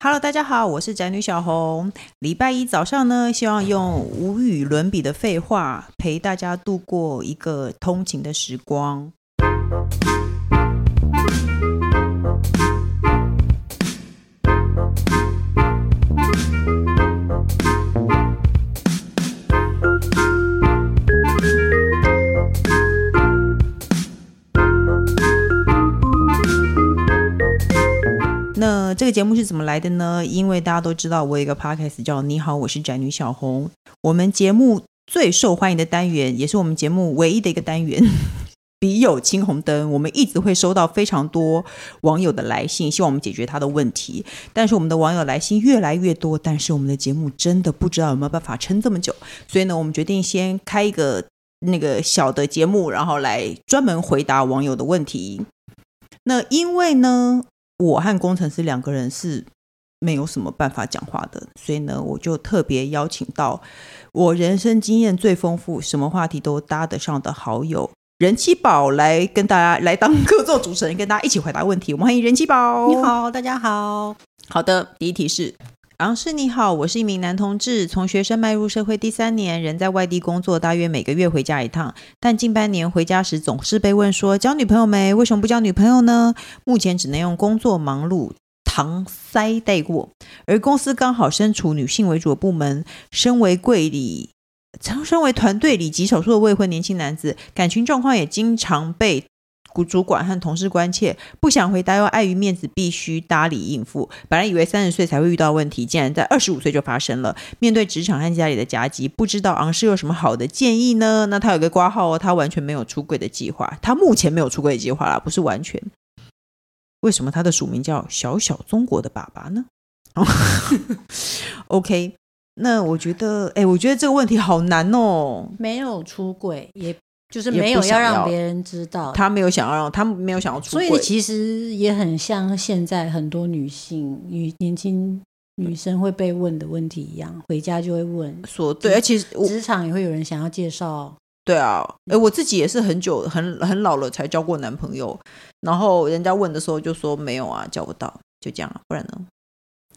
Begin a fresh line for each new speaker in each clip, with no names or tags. Hello，大家好，我是宅女小红。礼拜一早上呢，希望用无与伦比的废话陪大家度过一个通勤的时光。那这个节目是怎么来的呢？因为大家都知道，我有一个 podcast 叫《你好，我是宅女小红》，我们节目最受欢迎的单元，也是我们节目唯一的一个单元。 笔友青红灯，我们一直会收到非常多网友的来信，希望我们解决他的问题。但是我们的网友来信越来越多，但是我们的节目真的不知道有没有办法撑这么久，所以呢，我们决定先开一个那个小的节目，然后来专门回答网友的问题。那因为呢，我和工程师两个人是没有什么办法讲话的，所以呢，我就特别邀请到我人生经验最丰富、什么话题都搭得上的好友人气宝来跟大家来当客座主持人，跟大家一起回答问题。我们欢迎人气宝，
你。好，大家好。
好的，第一题是。昂师你好，我是一名男同志，从学生迈入社会第三年，人在外地工作，大约每个月回家一趟。但近半年回家时，总是被问说交女朋友没？为什么不交女朋友呢？目前只能用工作忙碌搪塞带过，而公司刚好身处女性为主的部门，身为柜里。曾身为团队里极少数的未婚年轻男子，感情状况也经常被股主管和同事关切，不想回答又碍于面子，必须搭理应付。本来以为三十岁才会遇到问题，竟然在二十五岁就发生了。面对职场和家里的夹击，不知道昂氏有什么好的建议呢？那他有个挂号哦，他完全没有出柜的计划，他目前没有出柜的计划啦，不是完全。为什么他的署名叫小小中国的爸爸呢哦 ？OK，那我觉得，哎、我觉得这个问题好难哦。
没有出轨，也就是
也不
没有
想要
让别人知道。
他没有想要让，他没有想要出
所
柜，
以其实也很像现在很多女性、女年轻女生会被问的问题一样，回家就会问。
所对，而且我
职场也会有人想要介绍，
对啊，哎、我自己也是很久很很老了才交过男朋友，然后人家问的时候就说没有啊，交不到，就这样啊，不然呢？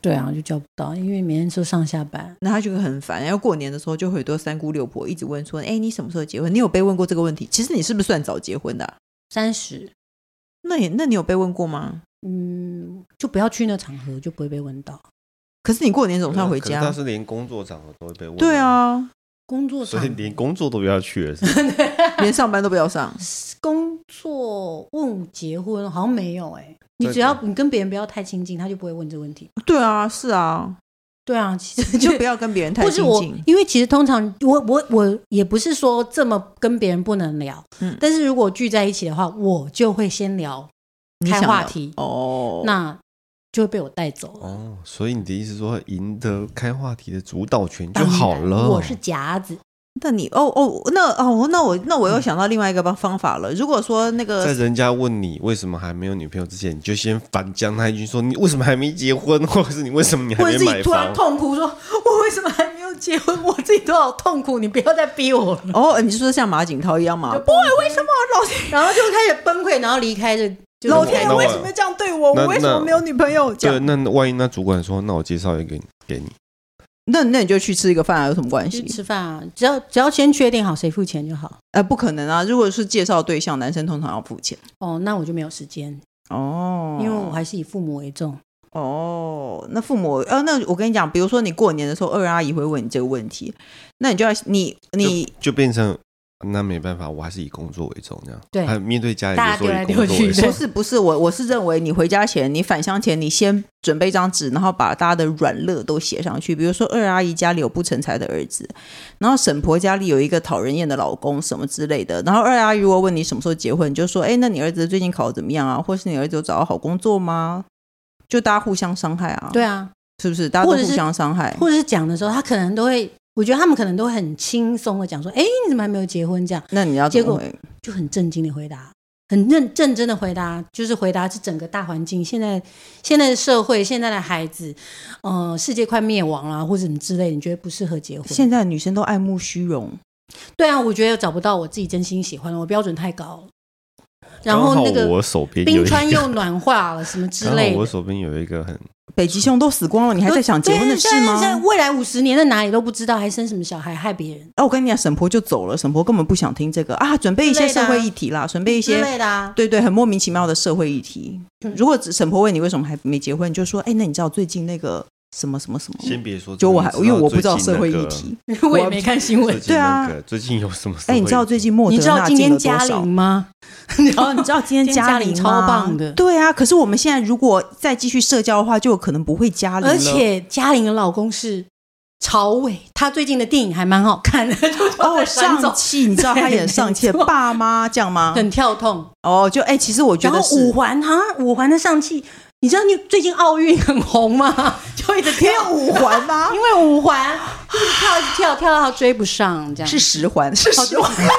对啊，就叫不到，因为每天都上下班。
那他就会很烦。然后过年的时候就会有很多三姑六婆一直问说，哎、你什么时候结婚？你有被问过这个问题？其实你是不是算早结婚的啊、
三十，
那你那你有被问过吗？
嗯，就不要去那场合，就不会被问到。
可是你过年总算回
啊可是他
家，
是连工作场合都会被问。
对， 啊，
工作
所
场
以连工作都不要 去了。是吧
连上班都不要上。
工作问结婚好像没有哎、你
对
只要你跟别人不要太亲近，他就不会问这个问题。
对啊，是啊，
对啊，其实
就不要跟别人太
或是
亲
我
近，。
因为其实通常我我我也不是说这么跟别人不能聊，
嗯
但是如果聚在一起的话，我就会先聊
你
开
想
话
聊
题，
哦，
那就会被我带走了。
哦，所以你的意思说赢得开话题的主导权就
当然
好了。
我是夹子，
那你哦哦，那哦，那我那我又想到另外一个方方法了。如果说那
嗯在
个
人家问你为什么还没有女朋友之前，你就先反将他一军，说你为什么还没结婚， 或者是你为什么你还
或者
没
自
买
己突然
房？
痛哭说：“我为什么还没有结婚？我自己都好痛苦，你不要再逼我了。
哦，你是说像马景涛一样吗？”
不会，为什么老天？然后就开始崩溃，然后离开这就
老
老
天
天
爷
爷
为
为
什
什
么
么
这样对我？
那
我为什么
那
没有女朋友？这
对，
样，
那万一那主管说，那我介绍一个给你，
那那你就去吃一个饭啊，有什么关
去
系？
吃饭啊，只要只要先确定好谁付钱就好。
呃，不可能啊！如果是介绍对象，男生通常要付钱
哦，那我就没有时间，
哦
因为我还是以父母为重。
哦，那父母呃，那我跟你讲，比如说你过年的时候，二阿姨会问你这个问题，那你就要你你
就变成那没办法，我还是以工作为重这样。
对
哎
还面对家人
大家
就说以
丢来丢
工作
去
为
的
重
不。是不是，我我是认为你回家前，你返乡前，你先准备一张纸，然后把大家的软肋都写上去。比如说二阿姨家里有不成才的儿子，然后沈婆家里有一个讨人厌的老公什么之类的。然后二阿姨如果问你什么时候结婚，你就说：“哎，那你儿子最近考得怎么样 啊？或是你儿子有找到好工作吗？”就大家互相伤害啊，
对，啊，
是不是？大家都
或者
互
是
相伤害，
或者是讲的时候，他可能都会，我觉得他们可能都会很轻松的讲说：“哎，你怎么还没有结婚？”这样
那你要怎
结
么
果
回？
就很震惊的回答，很认认真的回答，就是回答是整个大环境，现在现在的社会，现在的孩子，呃，世界快灭亡了、或者什么之类，你觉得不适合结婚？
现在女生都爱慕虚荣，
对啊，我觉得找不到我自己真心喜欢的，我标准太高了。然后
刚好
那个
我手边有
冰
一
川
个，
又暖化了，什么之
刚好
类
我
的，
手边有一个很
北 极熊都死光了，你还在想结婚的事
对现在
吗？
未来五十年在哪里都不知道，还生什么小孩害别人
哦，我跟你讲，沈婆就走了，沈婆根本不想听这个啊，准备一些社会议题啦，准备一
之
些
类的嗯啊。
对对，很莫名其妙的社会议题。如果沈婆问你为什么还没结婚，你就说哎，那你知道最近那个什么什么什么？
先别说这个，
就我还
你
因为我不知道
最近
社会
那
议
个
题。
我也没看新
最
闻。
近
对
那
啊
个最近有什么社会议题？
哎，你知道最近莫
你
德
知道
纳
今
进
天
了多
嘉
少
玲？ 吗？
哦，你知道今天嘉玲
今天嘉玲
吗
超棒的
对啊。可是我们现在如果再继续社交的话，就有可能不会嘉玲了。
而且嘉玲的老公是朝伟，他最近的电影还蛮好看的，
哦，
总
上气，你知道他演上气
对没错
爸妈这样吗？
很跳痛。
哦，就哎、其实我觉
然
得
后
是
五环哈，五环的上气，你知道你最近奥运很红吗？ 就一直跳
五环吗
因为五环一直跳一直跳跳到追不上，这样
是十环，是十环。
哦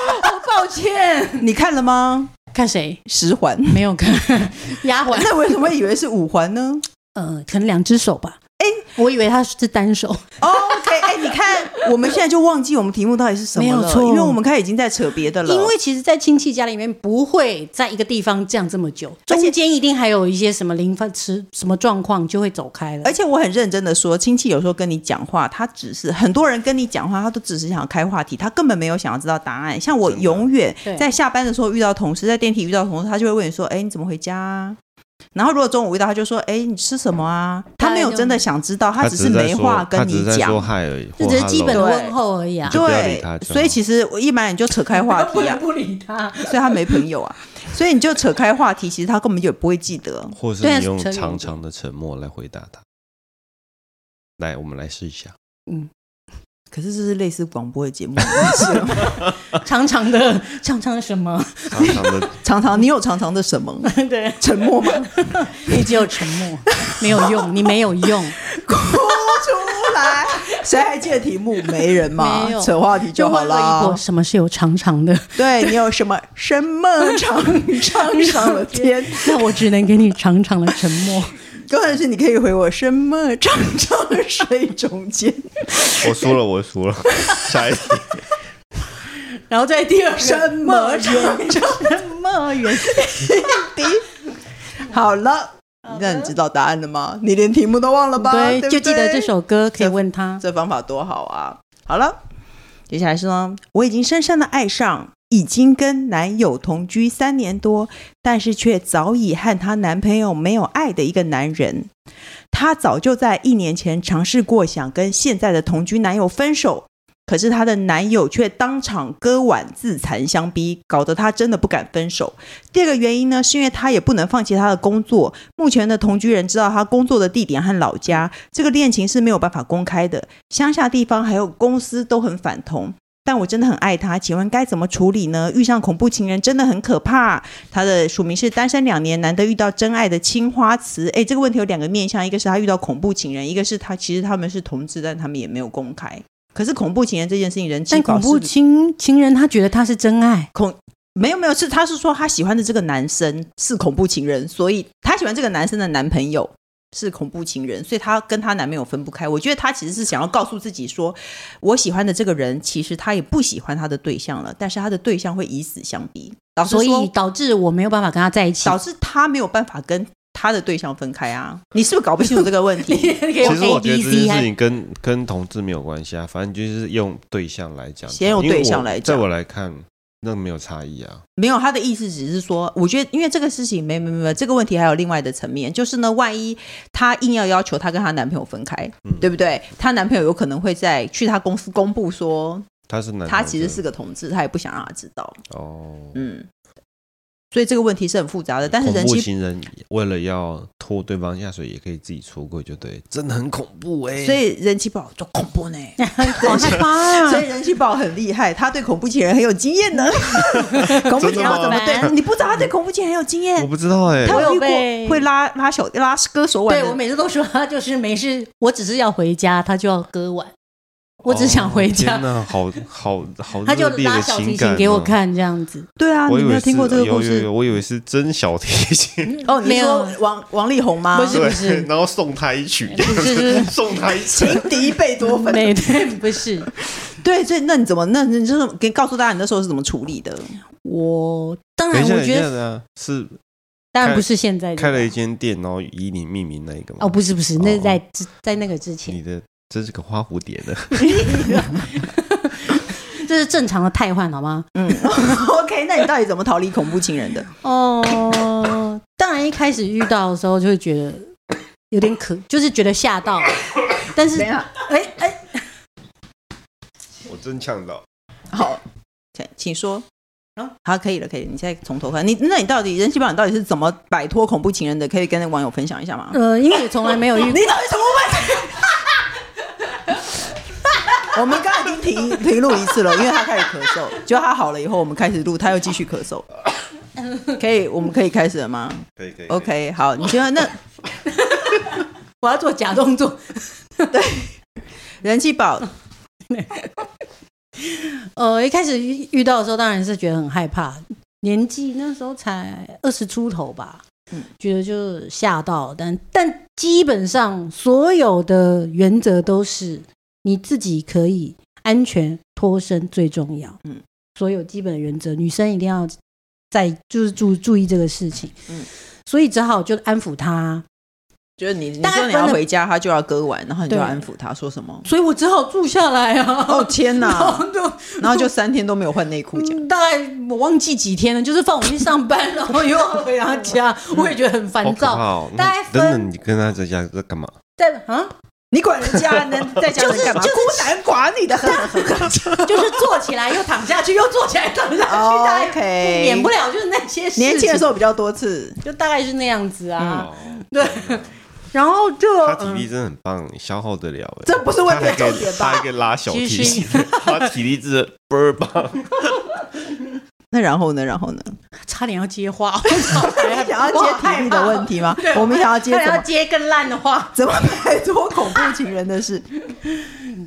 抱歉。
你看了吗？
看谁？
十 环。
没有看丫鬟，
那为什么以为是五环呢
呃，可能两只手吧。哎、我以为他是单手，
哦？OK，哎、你看，我们现在就忘记我们题目到底是什
没
么
有
了，
错
因为我们开始已经在扯别的了。
因为其实，在亲戚家里面不会在一个地方这样这么久，
而且
中间一定还有一些什么零分吃什么状况就会走开了。
而且我很认真的说，亲戚有时候跟你讲话，他只是很多人跟你讲话，他都只是想要开话题，他根本没有想要知道答案。像我
真的
永远
对
在下班的时候遇到同事，在电梯遇到同事，他就会问你说：“哎，你怎么回家、啊？”然后如果中午遇到，他就说：“哎，你吃什么啊？”他
哎
没有真的想知道，他只是
在
没
说
话跟
他只
你
是在说
讲。
嗨而已，
这
或
只是基本的
hello
问候而已啊
对，就不要理
对
他，就好
所以其实我一般人就扯开话
不
题 啊
能，不理他。
所以他没朋友啊，所以你就扯开话题，其实他根本就不会记得。
或是
对啊
你用
成语
长长的沉默来回答他。来，我们来试一下。
可是这是类似广播的节目，
长长的，长长的什么？
长长的，
常常你有常常的什么
对，
沉默吗？
你只有沉默，没有用，你没 有用。
出来，谁还记得题目？没人嘛
没，有
扯话题就好
问了一波，
了。
什么是有长 长的？
对你有什么什么长长长的天？
那我只能给你长长的沉默。
或者是你可以回我什么长长的水中间？
我输了，我输了。 下一题，
然后在第二
什么长长
什么原
的？ 好了，那你知道答案了吗？你连题目都忘了吧？对
对，
不对，
就记得这首歌，可以问他。
这方法多好啊！好了，接下来是呢，我已经深深的爱上，已经跟男友同居三年多，但是却早已和她男朋友没有爱的一个男人。她早就在一年前尝试过想跟现在的同居男友分手，可是她的男友却当场割腕自残相逼，搞得她真的不敢分手。第二个原因呢，是因为她也不能放弃她的工作。目前的同居人知道她工作的地点和老家，这个恋情是没有办法公开的。乡下地方还有公司都很反同。但我真的很爱他，请问该怎么处理呢？遇上恐怖情人真的很可怕。他的署名是单身两年，难得遇到真爱的青花瓷。诶，这个问题有两个面向，一个是他遇到恐怖情人，一个是他其实他们是同志，但他们也没有公开。可是恐怖情人这件事情，人气
但
宝
恐
是不
怖
是
情情人，他觉得他是真爱，
没有没有，是他是说他喜欢的这个男生是恐怖情人，所以他喜欢这个男生的男朋友是恐怖情人，所以他跟她男朋友分不开。我觉得他其实是想要告诉自己说，我喜欢的这个人其实他也不喜欢他的对象了，但是他的对象会以死相逼，老实
所以
说
导致我没有办法跟他在一起。
导致他没有办法跟他的对象分开啊。你是不是搞不清楚这个问 题？
其
其实我觉得这件事
还
情跟跟同志没有关系啊，反正就是用对象来讲，
先用
因为
对象
我
来
在
讲
我来看，那没有差异啊。
没有，他的意思只是说，我觉得因为这个事情没没没没这个问题还有另外的层面，就是呢，万一她硬要要求她跟她男朋友分开，
嗯
对不对？她男朋友有可能会在去她公司公布说
他是男同志，
他其实是个同志，他也不想让她知道，
哦，
嗯。所以这个问题是很复杂的，但是
恐
人
怖
妻，
情人为了要拖对方下水，也可以自己出轨，就对，真的很恐怖哎、
所以人气宝就恐怖呢。
好害怕啊
所以人气宝很厉害，他对恐怖情人很有经验 呢。恐怖情人要怎么
真的吗
对？你不知道他对恐怖情人很有经
我
验，
不知道哎、
他
我有
遇过
被
会拉拉手拉割手腕
对
的
我每次都说他就是没事，我只是要回家，他就要割腕，我只想回家
哦哦天，哪，好好好，
他就
热烈
拉
的
小提
情
琴
感
给我
哦。
看这样子。
对啊，
我
你
以
没
为
有
是
听过这个故
有有
事
有我以为是真小提 琴，
哦？你
没
是
有
说王王力宏吗？
不是
对，
不是
然后送他一曲，
不是
送他一 曲，
情敌贝 多芬。
没对， 不是
对，所以那你怎么？那你就是给告诉大家你那时候是怎么处理的？
我，当
等
然
一下，
我
等一
觉
下，
得
等一下是
当然不是现在的
开了一间店，然后以你命名那一个嘛。
哦，不是不是，那是
哦
在之在那个之前
你，的这是个花蝴蝶的，
这是正常的汰换好吗？
嗯 ，OK，那你到底怎么逃离恐怖情 人的？
哦，当然一开始遇到的时候就会觉得有点可，就是觉得吓到，但是
等一下，
哎哎，
我真呛到。
好，请请说。好，可以了，可以了，你现在从头看。你那你到底人气宝，你到底是怎么摆脱恐怖情人的？可以跟网友分享一下吗？
呃，因为也从来没有遇
你到底什么问 题？我们刚才已经停停录一次了，因为他开始咳嗽。就他好了以后，我们开始录，他又继续咳 嗽。可以，我们可以开始了吗
可以可以可以
？OK，好，你觉得那
我要做假动作，
人气宝
呃，一开始遇遇到的时候，当然是觉得很害怕，年纪那时候才二十出头吧，
嗯
觉得就吓到，但但基本上所有的原则都是你自己可以安全脱身最重要，
嗯
嗯，所有基本原则，女生一定要在就是注注意这个事情，
嗯
嗯，所以只好就安抚她，
就是你，你
大概
说你
分
要
了
回家，他就要割腕，然后你就要
对
安抚他，说什 么？
所以我只好住下来啊，
哦天
然
哪！
后就
然后就三天都没有换内裤，这样
嗯大概我忘记几天了，就是放我去上班，然后又要回他 家，我也觉得很
好
烦
可怕
躁。
哦！
大
那
概分
等等，你跟他在家在干嘛？
但啊，
你管人家能在家能干嘛？
就是
孤男寡女的，
就是坐起来又躺下去，又坐起来躺下去，
哦
大概
OK
免不了就是那些事情
年轻的时候比嗯较多次。
就大概是那样子啊。
哦，
对， 然后就
他体
嗯
力真的很棒，消耗得了。哎
这不是问题的
他还可以
重点吧
他还可以拉小
继续
提，他体力真的倍儿 棒。
那然后呢？然后呢？
嗯差点要接话，
你想要接体力的问题吗？我们想要接
差
什
点要
么？
接更烂的话。
怎么摆脱恐怖情人的事？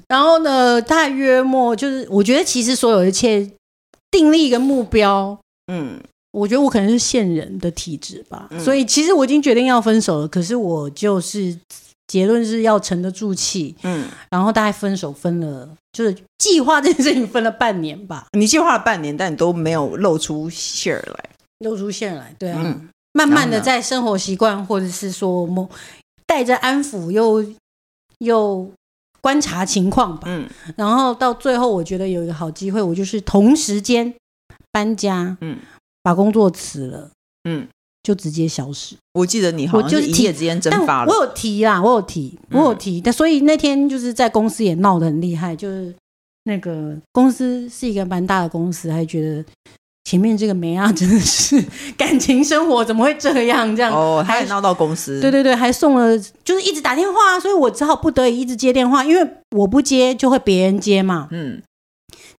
然后呢，大约莫就是，我觉得其实所有一切订立一个目标，
嗯，
我觉得我可能是现人的体质吧，所以其实我已经决定要分手了，可是我就是结论是要沉得住气，
嗯，
然后大概分手分了，就是计划这件事情分了半年吧，
你计划了半年，但你都没有露出馅儿来。
露出线来，对啊，
嗯
慢慢
然后
的
呢
在生活习惯或者是说某带着安抚又又观察情况吧，
嗯
然后到最后我觉得有一个好机会，我就是同时间搬家，
嗯
把工作辞了，
嗯，
就直接消失。
我记得你好像
我就是是
一
提
夜之间蒸
但
发
我
了。
有提啦，我有提，我
嗯
有提。但所以那天就是在公司也闹得很厉害，就是那个公司是一个蛮大的公司，还觉得前面这个梅啊真的是感情生活怎么会这样这样。
哦，他也
还
闹到公司。
对对对，还送了，就是一直打电话，所以我只好不得已一直接电话，因为我不接就会别人接嘛，
嗯，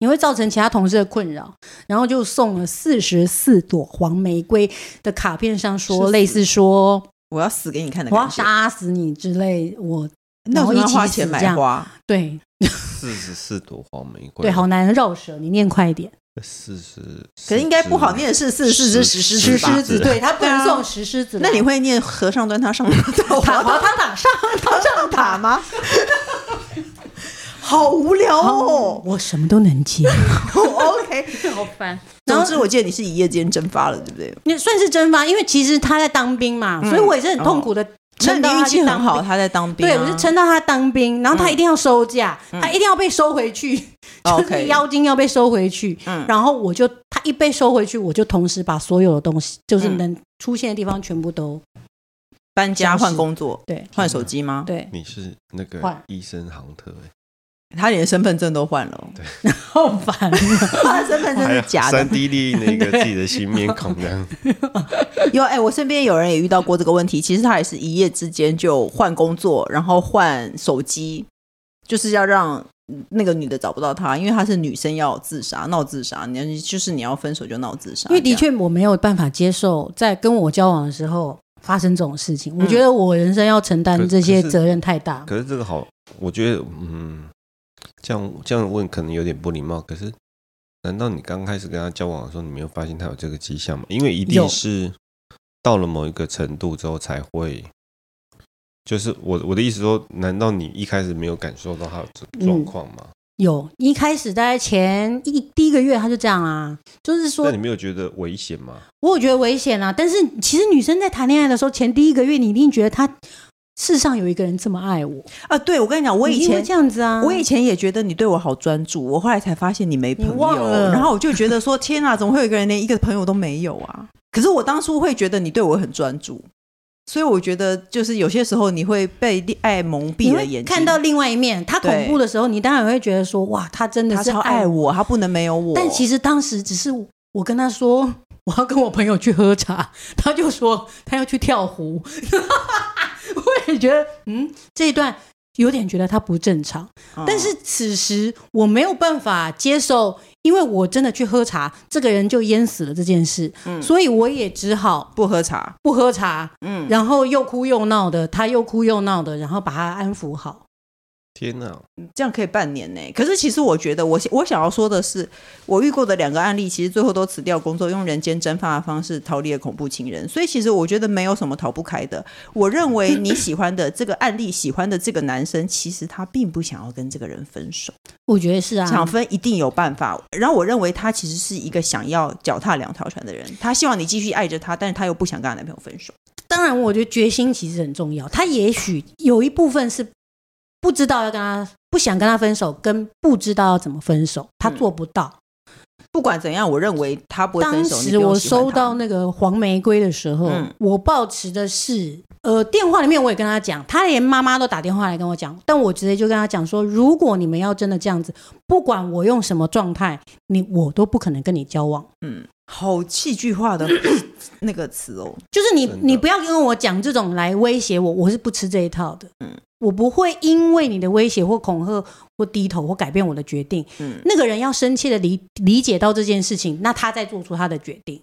你会造成其他同事的困扰。然后就送了四十四朵黄玫瑰的卡片，上说
14
类似说
我要死给你看的
我要
感觉。
杀死你之类，我
那我
然
要
后一起
花钱
死
买
这样
花。
对
四十四朵黄玫瑰，
对，好难绕舌，你念快一点。
四十，
可是应该不好念的是四四只石狮
石
子吧？
狮子
对他不
对
能
啊
送石狮子来。
那你会念和尚端他上塔
塔滑塔塔上塔上
塔 吗？好无聊
哦
哦。，
我什么都能接，
OK，
好烦。然
总
后
之我记得你是一夜间蒸发了，对不对？
你算是蒸发，因为其实他在当兵嘛，所以我也是很痛苦的。
那
撑到
你运
他去
气很
当
好，
兵，
他在当兵啊。
对我是撑到他当兵，然后他一定要收假，他一定要被收回去，就
OK
是妖精要被收回去。
嗯
然后我就他一被收回去，我就同时把所有的东西，就是
嗯
能出现的地方全部都
搬家
消失
换工作
对
换手机吗？
对。
你是那个
换
医生行特欸，
他连身份证都换了 哦，
好烦、
他的身份证是假的
哎三。D 立那个自己的新面孔这样，
有哎，我身边有人也遇到过这个问题，其实他也是一夜之间就换工作，然后换手机，就是要让那个女的找不到他，因为她是女生要自杀闹自杀，你就是你要分手就闹自杀，
因为的
这样
确我没有办法接受在跟我交往的时候发生这种事情，
嗯
我觉得我人生要承担
可
这些
可是
责任太大。
可是这个好，我觉得嗯，这样这样问可能有点不礼貌，可是难道你刚开始跟他交往的时候，你没有发现他有这个迹象吗？因为一定
有
是到了某一个程度之后才会。就是我我的意思说，难道你一开始没有感受到他有这
嗯
状况吗？
有一开始大概前一第一个月他就这样啊，就是
那
说
你没有觉得危险吗？
我有觉得危险啊，但是其实女生在谈恋爱的时候，前第一个月你一定觉得他世上有一个人这么爱我，
啊，对我跟你讲，我
你
以
一定会
前
这样子啊，
我以前也觉得你对我好专注，我后来才发现你没朋
你忘
友，
了
然后我就觉得说，天啊，怎么会有一个人连一个朋友都没有啊？可是我当初会觉得你对我很专注，所以我觉得就是有些时候你会被恋爱蒙蔽
你
了
会
眼睛，
看到另外一面，他恐
对
怖的时候，你当然会觉得说哇，他真的
他
是
超爱
我。
我，他不能没有我。
但其
实
实当时只是我跟他说 我要跟我朋友去喝茶，他就说他要去跳湖。 我也觉得，嗯，这一段有点觉得他不正常。
嗯
但是此时我没有办法接受，因为我真的去喝茶，这个人就淹死了这件事，
嗯
所以我也只好
不喝茶，
不喝茶，
嗯，
然后又哭又闹的，他又哭又闹的，然后把他安抚好。
天哪！
这样可以半年呢、可是其实我觉得我，我想要说的是，我遇过的两个案例，其实最后都辞掉工作，用人间蒸发的方式逃离了恐怖情人。所以其实我觉得没有什么逃不开的。我认为你喜欢的这个案例， 喜欢的这个男生，其实他并不想要跟这个人分手，
我觉得是啊，
想分一定有办法。然后我认为他其实是一个想要脚踏两条船的人，他希望你继续爱着他，但是他又不想跟他男朋友分手。
当然，我觉得决心其实很重要。他也许有一部分是不知道要跟他不想跟他分手，跟不知道要怎么分
嗯
手，他做不到。
不管怎样，我认为他不会分
当
手。你
时
不用
我
喜欢
收
他
到那个黄玫瑰的时候，
嗯
我抱持的是，呃，电话里面我也跟他讲，他连妈妈都打电话来跟我讲，但我直接就跟他讲说，如果你们要真的这样子，不管我用什么状态，你我都不可能跟你交往。
嗯，好戏剧化的 那个词哦。
就是你
真的
你不要跟我讲这种来威胁我，我是不吃这一套的。
嗯
嗯，我不会因为你的威胁或恐吓或低头或改变我的决定。
嗯，
那个人要深切的理理解到这件事情，那他再做出他的决定，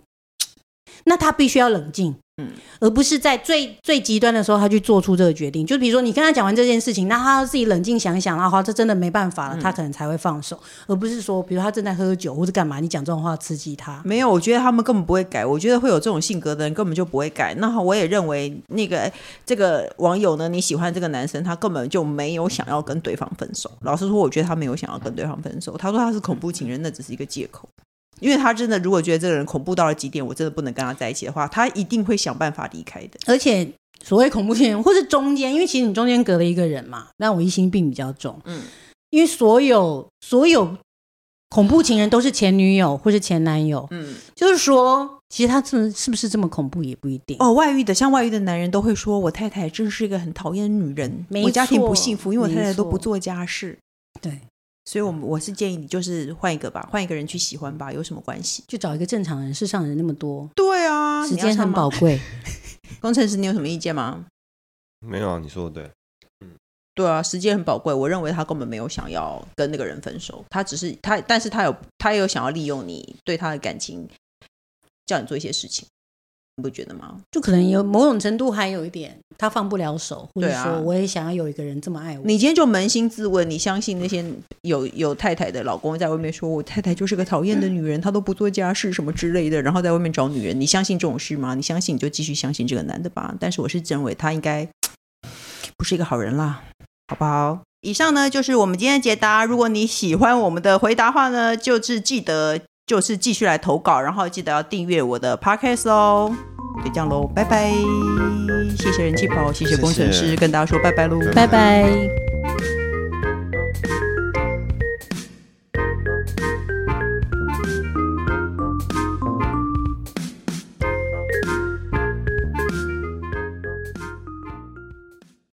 那他必须要冷静。
嗯
嗯，而不是在最最极端的时候，他去做出这个决定。就比如说，你跟他讲完这件事情，那他要自己冷静想一想，啊，好，这真的没办法了，
嗯
他可能才会放手，而不是说，比如他正在喝酒或者干嘛，你讲这种话刺激他。
没有，我觉得他们根本不会改。我觉得会有这种性格的人根本就不会改。那好我也认为那个这个网友呢，你喜欢这个男生，他根本就没有想要跟对方分手。老实说，我觉得他没有想要跟对方分手。他说他是恐怖情人，那只是一个借口。因为他真的，如果觉得这个人恐怖到了极点，我真的不能跟他在一起的话，他一定会想办法离开的。
而且所谓恐怖情人，或是中间，因为其实你中间隔了一个人嘛，但我疑心病比较重，
嗯，
因为所有所有恐怖情人都是前女友或是前男友，
嗯，
就是说，其实他这是不是这么恐怖也不一定。
哦，外遇的像外遇的男人都会说，我太太真是一个很讨厌的女人，
没
我家庭
错
不幸福，因为我太太
没
都
错
不做家事。
对，
所以我们，我是建议你就是换一个吧，换一个人去喜欢吧，有什么关系？
就找一个正常人，世上人那么多，
对啊，
时间很宝。贵。
工程师，你有什么意见吗？
没有啊，你说的对。
对啊，时间很宝贵。我认为他根本没有想要跟那个人分手，他只是他，但是他有他也有想要利用你对他的感情，叫你做一些事情，你不觉得吗？
就可能有某种程度还有一点，他放不了手，或者
对啊
说我也想要有一个人这么爱我。
你今天就扪心自问，你相信那些有有太太的老公在外面说我太太就是个讨厌的女人，她都不做家事什么之类的，然后在外面找女人，你相信这种事吗？你相信你就继续相信这个男的吧。但是我是认为他应该不是一个好人啦，好不好？以上呢就是我们今天的解答。如果你喜欢我们的回答话呢，就是记得就是继续来投稿，然后记得要订阅我的 podcast 哦。就这样喽，拜拜！谢谢人气宝，谢谢工程师，
谢谢
跟大家说拜拜喽，
拜
拜
拜
拜。